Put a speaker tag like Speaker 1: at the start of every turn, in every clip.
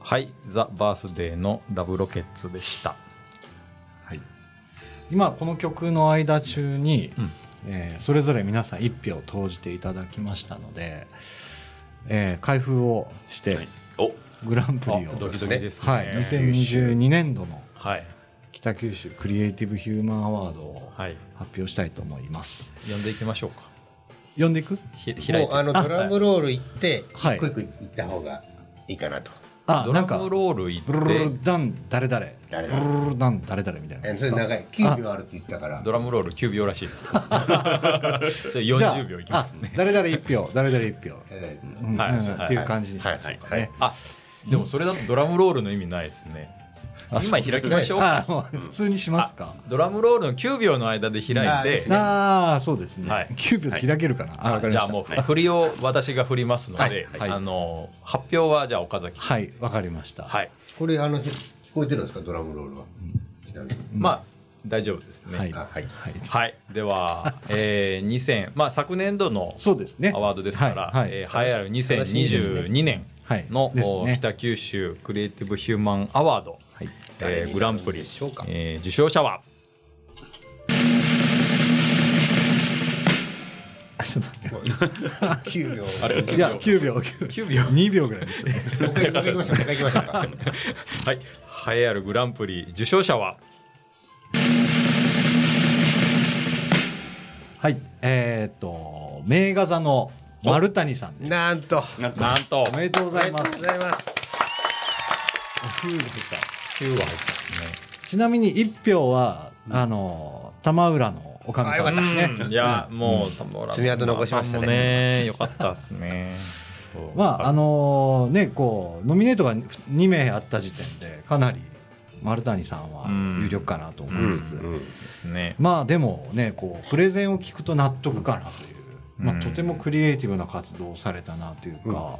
Speaker 1: はいザ・バースデーのラブロケッツでした
Speaker 2: はい、今この曲の間中に、
Speaker 1: うん
Speaker 2: えーそれぞれ皆さん1票投じていただきましたので、えー開封をして、
Speaker 3: お
Speaker 2: グランプリを、
Speaker 1: あドキドキですね
Speaker 2: はい、2022年度の
Speaker 1: はい
Speaker 2: 北九州クリエイティブ・ヒューマン・アワードを
Speaker 1: はい
Speaker 2: 発表したいと思います。
Speaker 1: 呼んでいきましょうか
Speaker 2: 呼んでいく
Speaker 1: ひ開い
Speaker 4: も
Speaker 1: て
Speaker 4: うあのドラムロール行って
Speaker 2: はい
Speaker 4: 一個一個行った方がいいかなと、
Speaker 2: あ
Speaker 1: ド
Speaker 2: な
Speaker 1: ラ
Speaker 2: んか
Speaker 1: ムロール行
Speaker 2: ブルル
Speaker 1: って
Speaker 2: ルダン誰々
Speaker 4: 誰
Speaker 2: ブ
Speaker 4: 々
Speaker 2: ルルルダン誰々みたいな
Speaker 4: え
Speaker 2: やつ
Speaker 4: それ長い9秒あるって言ってたから
Speaker 1: ドラムロール9秒らしいです よそれ
Speaker 2: じゃあ
Speaker 1: 40秒いきますね
Speaker 2: あ誰々1票誰々1票、
Speaker 4: えー
Speaker 2: うん
Speaker 1: はい
Speaker 2: うんっていう感じにしましょうかね、
Speaker 3: はいはい
Speaker 1: あでもそれだとドラムロールの意味ないですね
Speaker 2: あ
Speaker 1: 今開きましょう
Speaker 2: あもう普通にしますか。
Speaker 1: ドラムロールの9秒の間で開い
Speaker 4: あです
Speaker 1: て
Speaker 4: ね
Speaker 2: ああそうですね。
Speaker 1: はい
Speaker 2: 9秒で開けるかな。あわかり
Speaker 1: じゃ
Speaker 2: ま
Speaker 1: あ
Speaker 2: した
Speaker 1: もう振りを私が振りますので、
Speaker 2: はいはい
Speaker 1: あの発表はじゃあ岡崎
Speaker 2: はいわかりました。
Speaker 1: はい、
Speaker 4: これあのひ聞こえてるんですかドラムロールは、ちなみに
Speaker 1: まあ大丈夫ですね
Speaker 2: はい
Speaker 4: あはい
Speaker 2: はい
Speaker 1: はい、では、えー、2000、まあ、昨年度の
Speaker 2: そうですね。
Speaker 1: アワードですから、
Speaker 2: はいはい
Speaker 1: えー栄えある2022年
Speaker 2: はい
Speaker 1: の、
Speaker 2: です
Speaker 1: お
Speaker 2: ね。
Speaker 1: 北九州クリエイティブ・ヒューマン・アワード、
Speaker 2: はい
Speaker 1: えーグランプリ
Speaker 4: で、しょうか
Speaker 1: えー受賞者は
Speaker 2: あちょっと待って
Speaker 4: 9秒
Speaker 1: あれ
Speaker 2: いや9秒
Speaker 1: 9秒
Speaker 2: 2秒ぐらいでし たね。
Speaker 4: もう一回もう一回行きましょうもう一回行きましょうか
Speaker 1: はい、栄えあるグランプリ受賞者は
Speaker 2: はいえっと名画座の丸谷さんです。
Speaker 4: なんと
Speaker 3: なんか
Speaker 1: なんと
Speaker 2: おめでとうございま
Speaker 4: あり
Speaker 2: す。
Speaker 4: がとうございます
Speaker 2: 夫婦さ
Speaker 1: 9は入っ
Speaker 2: ちなみに1票はあの玉浦のおかみさん
Speaker 4: あ
Speaker 2: で
Speaker 4: よか
Speaker 2: す
Speaker 1: たですね、
Speaker 2: ね。
Speaker 1: いやもう田村
Speaker 4: 爪痕残しましたね
Speaker 1: さんもねよかったですねそう
Speaker 2: まああのねこうノミネートが2名あった時点でかなり丸谷さんは有力かなと思いつつ、
Speaker 4: うん
Speaker 1: ですね
Speaker 2: まあでもねこうプレゼンを聞くと納得かなという、まあ、
Speaker 1: うん
Speaker 2: とてもクリエイティブな活動をされたなというか、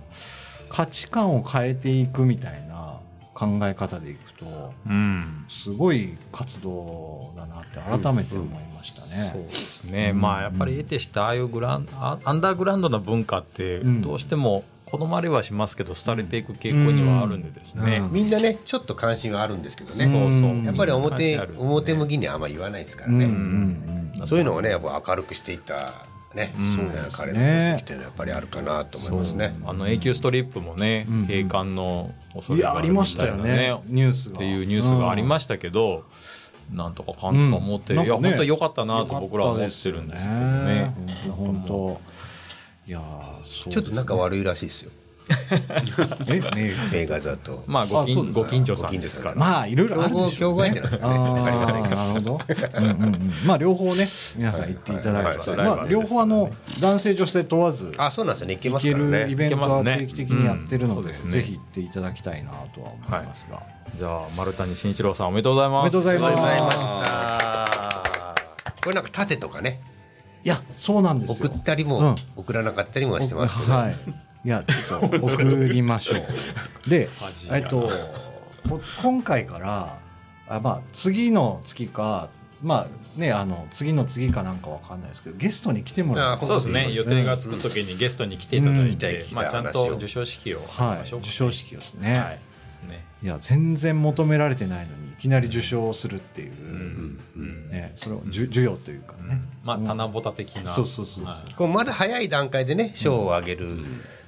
Speaker 2: 価値観を変えていくみたいな考え方でいくと
Speaker 1: うん
Speaker 2: すごい活動だなって改めて思いました
Speaker 1: そう
Speaker 2: ね。
Speaker 1: ですね、
Speaker 2: うん
Speaker 1: まあやっぱり得てしてああいうグランあアンダーグラウンドな文化って
Speaker 2: うん
Speaker 1: どうしても好まれはしますけど廃れていく傾向にはあるんでですね、
Speaker 2: うん
Speaker 4: みんなねちょっと関心はあるんですけどね、
Speaker 1: そうそううん
Speaker 4: やっぱり
Speaker 1: 関
Speaker 4: 表,、
Speaker 1: 心あるんですね
Speaker 4: 表向きにはあんま言わないですから
Speaker 2: うんう
Speaker 4: ね、
Speaker 2: んうん
Speaker 4: そういうのをねやっぱ明るくしていったね、
Speaker 1: うんそう
Speaker 2: ですね
Speaker 4: 彼の功績っていうのはやっぱりあるかなと思いますね。
Speaker 1: あの永久ストリップもね、
Speaker 2: うん
Speaker 1: 景観の恐
Speaker 2: い
Speaker 1: れが
Speaker 2: や
Speaker 1: あ
Speaker 2: あ
Speaker 1: る
Speaker 2: り
Speaker 1: み
Speaker 2: ま
Speaker 1: たい
Speaker 2: した
Speaker 1: な
Speaker 2: よねニュースが。
Speaker 1: っていうニュースがありま
Speaker 2: し
Speaker 1: したけど、なんとかかんとか思って、
Speaker 2: うん
Speaker 1: いや
Speaker 2: なんかね
Speaker 1: 本当良かったなと僕らは思ってるんですけどね。
Speaker 2: 本当。いやーそう
Speaker 4: ちょっと仲
Speaker 2: 悪
Speaker 4: 悪いらしいですよ。
Speaker 2: い。え名画
Speaker 4: 映画だと。
Speaker 1: まあご
Speaker 2: あそ
Speaker 1: 近
Speaker 2: うです
Speaker 1: ご近所さんですから。
Speaker 2: まあいろいろあるでしょ
Speaker 4: 競合競合相手なんですかねわかりません
Speaker 2: ああなるほど。うんうんうんまあ両方ね皆さん行っていただいて、
Speaker 4: はいはいはい
Speaker 2: まあ両方あの男性女性問わず
Speaker 4: あ、そうなんですよね。いけ
Speaker 2: 行
Speaker 4: ます
Speaker 2: け
Speaker 4: から
Speaker 2: るイベン
Speaker 4: ね。
Speaker 2: ト
Speaker 1: 行けます
Speaker 2: は
Speaker 1: ね
Speaker 2: 定期的にやってるの
Speaker 1: うん
Speaker 2: で、
Speaker 1: そうですね
Speaker 2: ぜひ行っていただきたいなとは思いますが、
Speaker 1: じゃあ丸谷慎一郎さんおめでとうございます。
Speaker 2: おめでとうございます。
Speaker 4: あーこれなんか盾とかね、
Speaker 2: いやそうなんです
Speaker 4: 送
Speaker 2: よ。
Speaker 4: ったりも、
Speaker 2: うん
Speaker 4: 送らなかったりもしてますけど。
Speaker 2: はい。いやちょっと送りましょう。で
Speaker 1: 恥、だな
Speaker 2: えっとこ今回からあまあ次の月かまあねあの次の次かなんかわかんないですけどゲストに来てもら
Speaker 4: あ
Speaker 1: そうですね。
Speaker 4: うん
Speaker 1: 予定がつくときにゲストに来ていただいて、
Speaker 4: うん
Speaker 1: まあちゃんと授賞式を
Speaker 2: は
Speaker 1: ま
Speaker 2: い
Speaker 1: しょうか
Speaker 2: 授賞式ですね。
Speaker 1: はい。ですね。
Speaker 2: いや全然求められてないのにいきなり受賞するっていうう、
Speaker 1: んうん
Speaker 2: ね、それを授授与というかね、
Speaker 1: まあ棚ぼた的な。
Speaker 2: そうそうそうそう
Speaker 1: はい
Speaker 4: こうまだ早い段階でね、賞をあげる、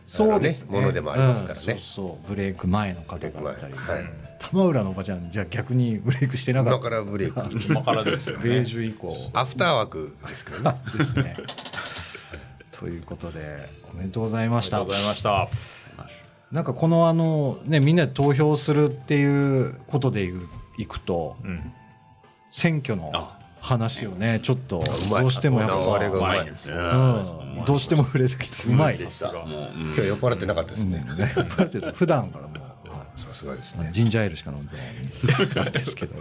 Speaker 2: そうですね
Speaker 4: あのねものでもありますからね
Speaker 2: うんそうそうブレイク前の方だったり、
Speaker 4: ブレイク前はい
Speaker 2: 玉浦のおばちゃんじゃあ逆にブレイクしてなか
Speaker 4: 今
Speaker 2: った
Speaker 4: からブレイク。
Speaker 1: 今からです よ
Speaker 2: ベー
Speaker 1: ね。
Speaker 2: ジュ以降
Speaker 4: アフター枠ですけどね。
Speaker 2: ですねということでおめでとうございま
Speaker 1: あり
Speaker 2: し
Speaker 1: がと
Speaker 2: た
Speaker 1: うございました。
Speaker 2: なんかこのあのねみんなで投票するっていうことでいういくと
Speaker 1: うん。
Speaker 2: 選挙の話をねちょっと
Speaker 4: うまい
Speaker 2: どうしてもやっ
Speaker 4: あ
Speaker 2: ぱ
Speaker 4: 我々がうまい
Speaker 3: ですね
Speaker 2: うん、どうしても触れてきてうまい
Speaker 3: で
Speaker 2: です。
Speaker 3: した。もううん
Speaker 4: 今日酔っ払ってなかったですね。
Speaker 2: うんやっぱり普段からもう、は
Speaker 4: さすがです
Speaker 2: い
Speaker 4: ね。
Speaker 2: ジンジャーエールしか飲んでないあれですけど、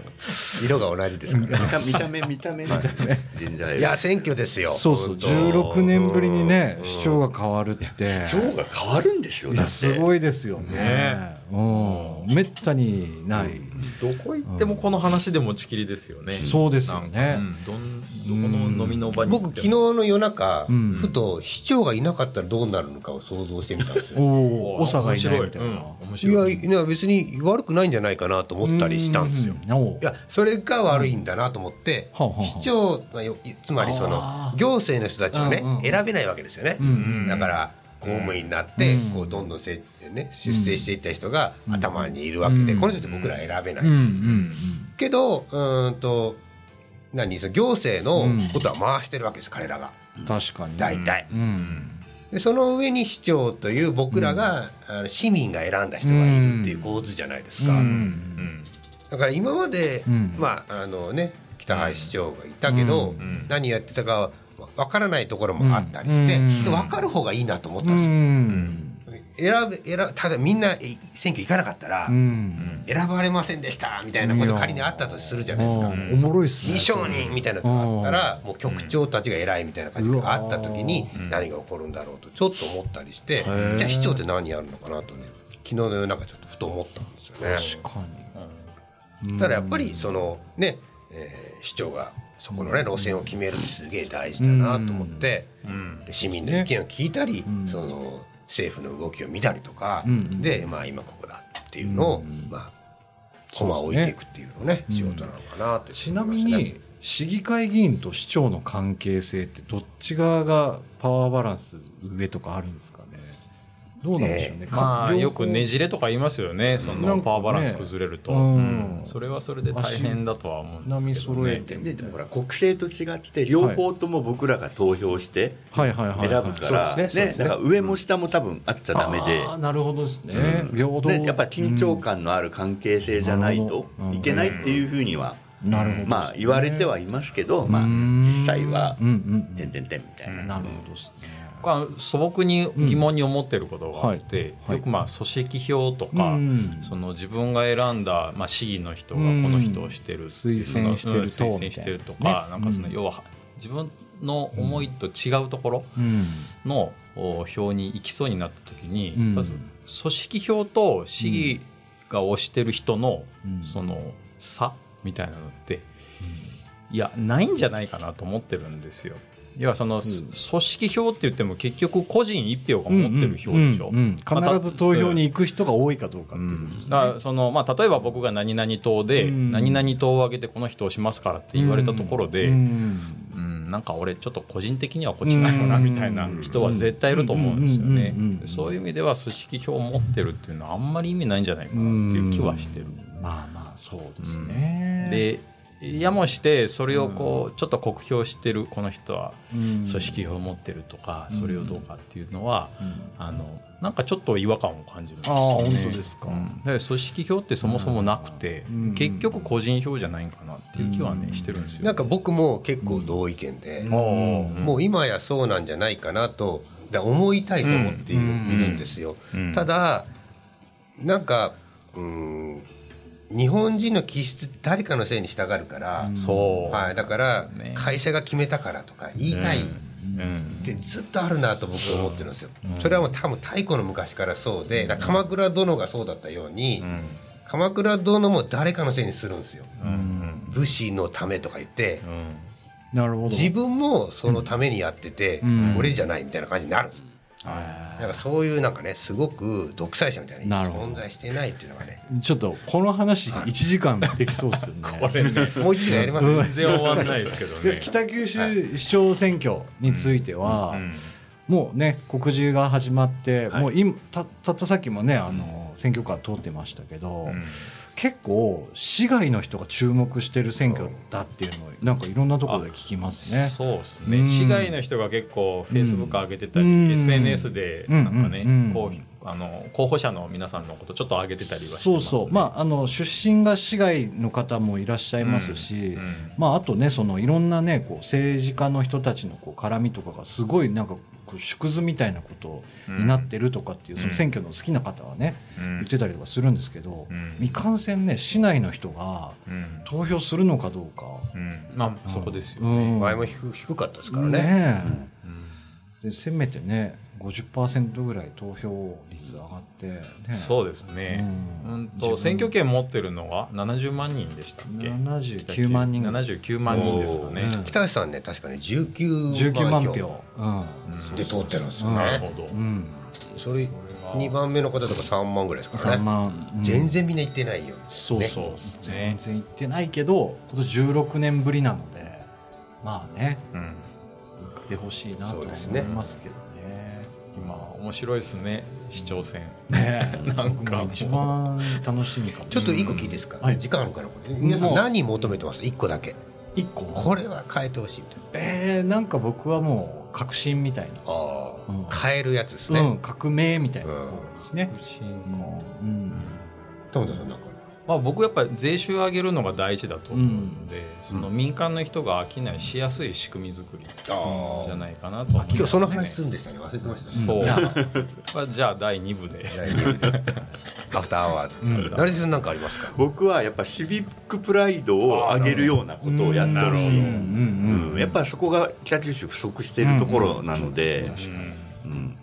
Speaker 4: 色が同じですからね。
Speaker 3: 見た目見た目見た目。ジンジャーエール
Speaker 4: いや選挙ですよ。
Speaker 2: そうそう、
Speaker 4: 本当
Speaker 2: 16年ぶりにね
Speaker 4: う、ん
Speaker 2: 市長が変わるって、
Speaker 3: 市長が変わるんですよ。
Speaker 2: い
Speaker 3: だ
Speaker 2: や
Speaker 3: って
Speaker 2: すごいですよね。
Speaker 1: ね
Speaker 2: うん、めったにない、
Speaker 1: どこ行ってもこの話で持ちきりですよね。
Speaker 2: そうですよ
Speaker 1: な
Speaker 2: ね
Speaker 1: んかうんどんどこの飲みの場に行っても
Speaker 4: 僕昨日の夜中、
Speaker 2: うん
Speaker 4: ふと市長がいなかったらどうなるのかを想像してみたんですよ。
Speaker 2: おお長がいないみたいな、
Speaker 1: 面
Speaker 4: いや
Speaker 1: 白い。うん面白い
Speaker 4: いや別に悪くないんじゃないかなと思ったりしたんですよ。
Speaker 2: う。おう
Speaker 4: いやそれが悪いんだなと思って、
Speaker 2: はあはあはあ
Speaker 4: 市長まあよつまりそ
Speaker 2: あ
Speaker 4: の
Speaker 2: ー
Speaker 4: 行政の人たちをね、
Speaker 2: うんうん
Speaker 4: 選べないわけですよね、
Speaker 2: うんうん
Speaker 4: だから公務員になって、
Speaker 2: うん
Speaker 4: こうどんどんせ、ね、出世していった人が
Speaker 2: うん
Speaker 4: 頭にいるわけで、
Speaker 2: うん
Speaker 4: この人たち僕ら選べない、
Speaker 2: うんうん
Speaker 4: けどうーんと何その行政のことは回してるわけです彼らが
Speaker 2: うん、確かに。
Speaker 4: 大体、
Speaker 2: うん、
Speaker 4: でその上に市長という僕らが、あの市民が選んだ人がいるっていう構図じゃないですか、
Speaker 1: うん
Speaker 4: だから今まで、
Speaker 2: うん
Speaker 4: まああのね北橋市長がいたけど、
Speaker 2: うん
Speaker 1: うん
Speaker 4: 何やってたかわからないところもあったりして、
Speaker 2: うん
Speaker 4: で分かる方がいいなと思った
Speaker 2: うん
Speaker 4: ですよ、
Speaker 2: ん、
Speaker 4: 選べ選べただみんなえ選挙行かなかったら、
Speaker 2: うん、
Speaker 4: 選ばれませんでしたみたいなこと仮にあったとするじゃないですか、
Speaker 2: う
Speaker 1: うん
Speaker 2: んおもろいっすね。
Speaker 4: 未承認みたいなやつがあったらもう局長たちが偉いみたいな感じがあった時に
Speaker 1: うん
Speaker 4: 何が起こるんだろうとちょっと思ったりして
Speaker 2: ー
Speaker 4: じゃあ市長って何やるのかなとね昨日の夜中ちょっとふと思ったんですよね。
Speaker 2: 確かに。
Speaker 4: ただやっぱりそのね、えー市長がそこのね路線を決めるってすげえ大事だなと思って
Speaker 1: うん
Speaker 4: で市民の意見を聞いたり
Speaker 2: うん
Speaker 4: その政府の動きを見たりとか
Speaker 2: うんうん
Speaker 4: でまあ今ここだっていうの
Speaker 2: う
Speaker 4: を
Speaker 2: ん
Speaker 4: まあ駒を置いていくっていうのね
Speaker 2: うん
Speaker 4: 仕事なのかなと
Speaker 2: ちなみ
Speaker 4: 思いましたね
Speaker 2: に市議会議員と市長の関係性ってどっち側がパワーバランス上とかあるんですかね。どうなんでしょうね。
Speaker 1: まあ
Speaker 2: 両方
Speaker 1: よくねじれとか言いますよね。そ
Speaker 2: なんか
Speaker 1: の
Speaker 2: ね
Speaker 1: パワーバランス崩れると、
Speaker 2: うん
Speaker 1: うんそれはそれで大変だとは思うん
Speaker 2: 並み
Speaker 1: ですけど
Speaker 2: 揃え
Speaker 1: ね。
Speaker 2: て
Speaker 3: で
Speaker 2: み
Speaker 3: で
Speaker 2: た
Speaker 3: も
Speaker 2: い
Speaker 3: ほ
Speaker 2: な。
Speaker 3: ら国政と違って両方とも僕らが投票して
Speaker 2: はいはいはい
Speaker 3: 選
Speaker 2: はい。
Speaker 3: ぶから
Speaker 4: そうで
Speaker 3: ね
Speaker 4: すねそうですね
Speaker 3: だから上も下も多分あっちゃダメで
Speaker 2: あーなるほどですね、
Speaker 3: うん
Speaker 2: 平等
Speaker 3: でやっぱり緊張感のある関係性じゃないと
Speaker 2: うん
Speaker 3: いけないっていうふうには、
Speaker 2: うんなるほど
Speaker 3: まあ言われてはいますけど、まあ、
Speaker 2: うん
Speaker 3: 実際は
Speaker 2: うんうん
Speaker 3: 「てんてんてん」みたいな。
Speaker 2: なるほどですね
Speaker 1: 僕は素朴に疑問に思ってることがあって、
Speaker 2: うんはい
Speaker 1: よくまあ組織票と
Speaker 2: う
Speaker 1: か、
Speaker 2: ん
Speaker 1: その自分が選んだ、まあ、市議の人がこ
Speaker 2: うん
Speaker 1: の人をしてる、
Speaker 2: 推薦してる
Speaker 1: うん推薦してるとか、な
Speaker 2: 党
Speaker 1: ん
Speaker 2: みたいなやつ
Speaker 1: かそ
Speaker 2: ね
Speaker 1: の
Speaker 2: うん
Speaker 1: 要は自分の思いと違うところ
Speaker 2: うん
Speaker 1: のお票に行きそうになった時に、
Speaker 2: うん
Speaker 1: やっぱりその組織票と市議が推してる人の
Speaker 2: うん
Speaker 1: その差みたいなのっていやないんじゃないかなと思ってるんですよ。要はその、す組織票って言っても結局個人一票が持ってる票でしょ。
Speaker 2: うんうんうん必ず投票に行く人が多いかどうかっていうことですね、
Speaker 1: だからそのまあ、例えば僕が何々党で
Speaker 2: うん
Speaker 1: 何々党を挙げてこの人をしますからって言われたところで、
Speaker 2: う
Speaker 1: うん
Speaker 2: ん
Speaker 1: なんか俺ちょっと個人的にはこっちだよなみたいな人は絶対いると思うんですよね
Speaker 2: うんうんうんうん
Speaker 1: そういう意味では組織票を持ってるっていうのはあんまり意味ないんじゃないかなっていう気はしてる。
Speaker 2: まあまあそうですね、
Speaker 1: でやもしてそれをこうちょっと酷評してるこの人は
Speaker 2: うん
Speaker 1: 組織票を持ってるとか
Speaker 2: うん
Speaker 1: それをどうかっていうのは
Speaker 2: うん
Speaker 1: あのなんかちょっと違和感を感じるんです
Speaker 2: ああ
Speaker 1: よ
Speaker 2: 本
Speaker 1: ね。
Speaker 2: 当ですか、
Speaker 1: うんで組織票ってそもそもなくて、
Speaker 2: うん
Speaker 1: 結局個人票じゃないんかなっていう気はね、
Speaker 2: うん
Speaker 1: してるんですよ。
Speaker 4: なんか僕も結構同意見で、
Speaker 2: も
Speaker 1: うん
Speaker 4: もう今やそうなんじゃないかなとだ思いたいと思っている,、
Speaker 2: うん
Speaker 4: いるんですよ。
Speaker 1: うん
Speaker 4: ただなんかうーん日本人の気質って誰かのせいにしたがるから、
Speaker 1: そう、
Speaker 4: はい、だから、
Speaker 1: ね
Speaker 4: 会社が決めたからとか言いたいっ
Speaker 1: うんうん
Speaker 4: てずっとあるなと僕は思ってるんですよ。
Speaker 1: うん
Speaker 4: それはもう多分太古の昔からそうでだから鎌倉殿がそうだったように、
Speaker 1: うん
Speaker 4: 鎌倉殿も誰かのせいにするんですよ。
Speaker 1: うん
Speaker 4: 武士のためとか言って、
Speaker 1: うん
Speaker 2: なるほど
Speaker 4: 自分もそのためにやってて、
Speaker 2: うん
Speaker 4: 俺じゃないみたいな感じになるんですよ
Speaker 2: あ
Speaker 4: なんかそういうなんかねすごく独裁者みたい
Speaker 2: な
Speaker 4: な
Speaker 2: るほど
Speaker 4: 存在してないっていうのがね
Speaker 2: ーちょっとこの話1時間できそうですよね
Speaker 1: これね
Speaker 4: もう一度やります
Speaker 2: うん
Speaker 4: ね
Speaker 1: 全然終わんないですけど
Speaker 2: で
Speaker 1: ね。
Speaker 2: 北九州市長選挙については、
Speaker 1: うん
Speaker 2: もうね告示が始まって、
Speaker 3: はい
Speaker 2: もう今たたったさっきもねあの選挙カー通ってましたけど、
Speaker 1: うん
Speaker 2: 結構市外の人が注目してる選挙だっていうのをなんかいろんなところで聞きますね。
Speaker 1: そうです
Speaker 2: う
Speaker 1: ね
Speaker 2: ん
Speaker 1: 市外の人が結構フェイスブック上げてた
Speaker 2: う
Speaker 1: り、
Speaker 2: ん
Speaker 1: SNS でなんかね、
Speaker 2: うん
Speaker 1: こうあの候補者の皆さんのことちょっと上げてたりはして
Speaker 2: そ
Speaker 1: ま
Speaker 2: う
Speaker 1: す、ね、
Speaker 2: そうまああの出身が市外の方もいらっしゃいますし、
Speaker 1: うんうん
Speaker 2: まあ、あとねそのいろんなねこう政治家の人たちのこう絡みとかがすごいなんかこう縮図みたいなことになってるとかっていう、
Speaker 1: うん
Speaker 2: その選挙の好きな方はね、
Speaker 1: うん
Speaker 2: 言ってたりとかするんですけど、
Speaker 1: うん
Speaker 2: 未完成ね市内の人が
Speaker 1: うん
Speaker 2: 投票するのかどうか。
Speaker 1: うんまあそこですよ
Speaker 2: う
Speaker 1: ね。
Speaker 2: ん
Speaker 4: 前も低低かったですからね
Speaker 2: ねえ
Speaker 1: うん
Speaker 2: でせめてね50%ぐらい投票率上がって、ね、
Speaker 1: そうですね、
Speaker 2: う
Speaker 1: うんん、と選挙権持ってるのが70万人でしたっけ
Speaker 2: 79万人
Speaker 1: 79万人ですかね、
Speaker 2: おー
Speaker 4: 北橋さんね確かね19
Speaker 2: 19
Speaker 4: 万
Speaker 2: 万
Speaker 4: 票
Speaker 2: 票、
Speaker 1: うん
Speaker 4: で通ってるんですよ
Speaker 1: なる
Speaker 4: ね、
Speaker 1: ほど、
Speaker 2: うんうん、
Speaker 4: それ2番目の方とか3万ぐらいですから
Speaker 2: 3
Speaker 4: ね、
Speaker 2: 万、うん
Speaker 4: 全然みんな行ってないよ、
Speaker 2: そう
Speaker 4: ね
Speaker 2: そう
Speaker 1: そうです
Speaker 2: 全
Speaker 1: ね、
Speaker 2: 然行ってないけど今年16年ぶりなのでまあね
Speaker 1: うん、
Speaker 2: 行ってほしいなと
Speaker 4: そうです
Speaker 2: 思
Speaker 4: ね
Speaker 2: いますけどね
Speaker 1: 今面白いですね市長選、
Speaker 2: ね え
Speaker 1: なんか
Speaker 2: 僕も一番楽しみかも
Speaker 4: ちょっと1個聞いていいですか、
Speaker 2: はい
Speaker 4: 時間あるからこれ皆さん
Speaker 2: もう
Speaker 4: 何求めてます1個だけ
Speaker 2: 1個
Speaker 4: これは変えてほしいみたいな
Speaker 2: えー、なんか僕はもう革新みたいな、
Speaker 4: あー
Speaker 2: うん
Speaker 4: 変えるやつです
Speaker 2: う
Speaker 4: ね
Speaker 2: ん、革命みたいな方がいいですね、うんうん
Speaker 4: 友田さんなんか
Speaker 1: まあ、僕やっぱり税収上げるのが大事だと思うんで、その民間の人が商いしやすい仕組み作り
Speaker 4: あー
Speaker 1: じゃないかなとは思います、ね、
Speaker 4: 今日その話するんでしたね忘れてましたね
Speaker 1: そう
Speaker 2: じゃ
Speaker 1: あじゃあ第2部で
Speaker 4: 来年 アフターアワーズ
Speaker 2: うん
Speaker 4: 成瀬さんなんかありますか
Speaker 3: 僕はやっぱシビックプライドを上げるようなことをやってほしい、
Speaker 2: う
Speaker 3: うん
Speaker 2: んうん
Speaker 3: やっぱそこが北九州不足しているところなので、うん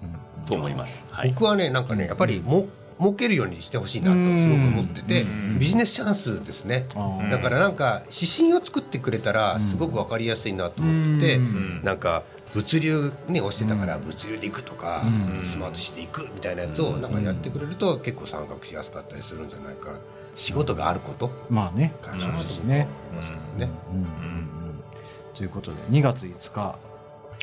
Speaker 3: と思います、はい、
Speaker 4: 僕はねなんかねやっぱりも儲けるようにしてほしいなとすごく思ってて
Speaker 1: うん
Speaker 4: ビジネスチャンスですね
Speaker 2: あー
Speaker 1: うん
Speaker 4: だからなんか指針を作ってくれたらすごく分かりやすいなと思って
Speaker 2: うん
Speaker 1: うん
Speaker 4: なんか物流ね押してたから物流で行くとか
Speaker 2: うん
Speaker 4: スマートしていくみたいなやつをなんかやってくれると結構参画しやすかったりするんじゃないかな仕事があること
Speaker 2: まあね
Speaker 4: かなと
Speaker 2: そうです
Speaker 4: 僕は
Speaker 2: ね
Speaker 4: 思いますけどね
Speaker 2: うんうんうんということで2月5日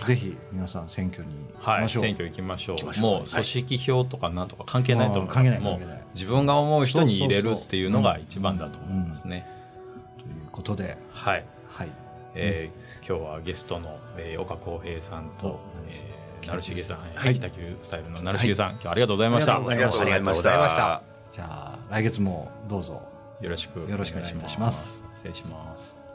Speaker 2: ぜひ皆さん選挙に行き
Speaker 1: は
Speaker 2: ま
Speaker 1: い、
Speaker 2: しょう、
Speaker 1: 選挙行きましょう
Speaker 3: 行きましょう
Speaker 1: もう組織票とかなんとか関係ないと思います、
Speaker 2: 関係ない
Speaker 1: も
Speaker 2: 関
Speaker 1: う
Speaker 2: 係ない
Speaker 1: 自分が思う人に入れるっていうのが一番だと思いますね、
Speaker 2: ということで
Speaker 1: はい、
Speaker 2: はい
Speaker 1: えー今日はゲストの、えー岡浩平さんと、えー、成重さん、はい
Speaker 2: はい
Speaker 1: 北九スタイルの成重さん、今日はありがとうございまし
Speaker 2: あ
Speaker 1: た
Speaker 2: りがとうございました
Speaker 3: ありがとうございました
Speaker 4: ありがとうございました
Speaker 2: じゃあ来月もどうぞ
Speaker 1: よろしくお
Speaker 2: よ
Speaker 1: 願い
Speaker 2: ろし
Speaker 1: し
Speaker 2: くお願いいたしま
Speaker 1: ますす失礼します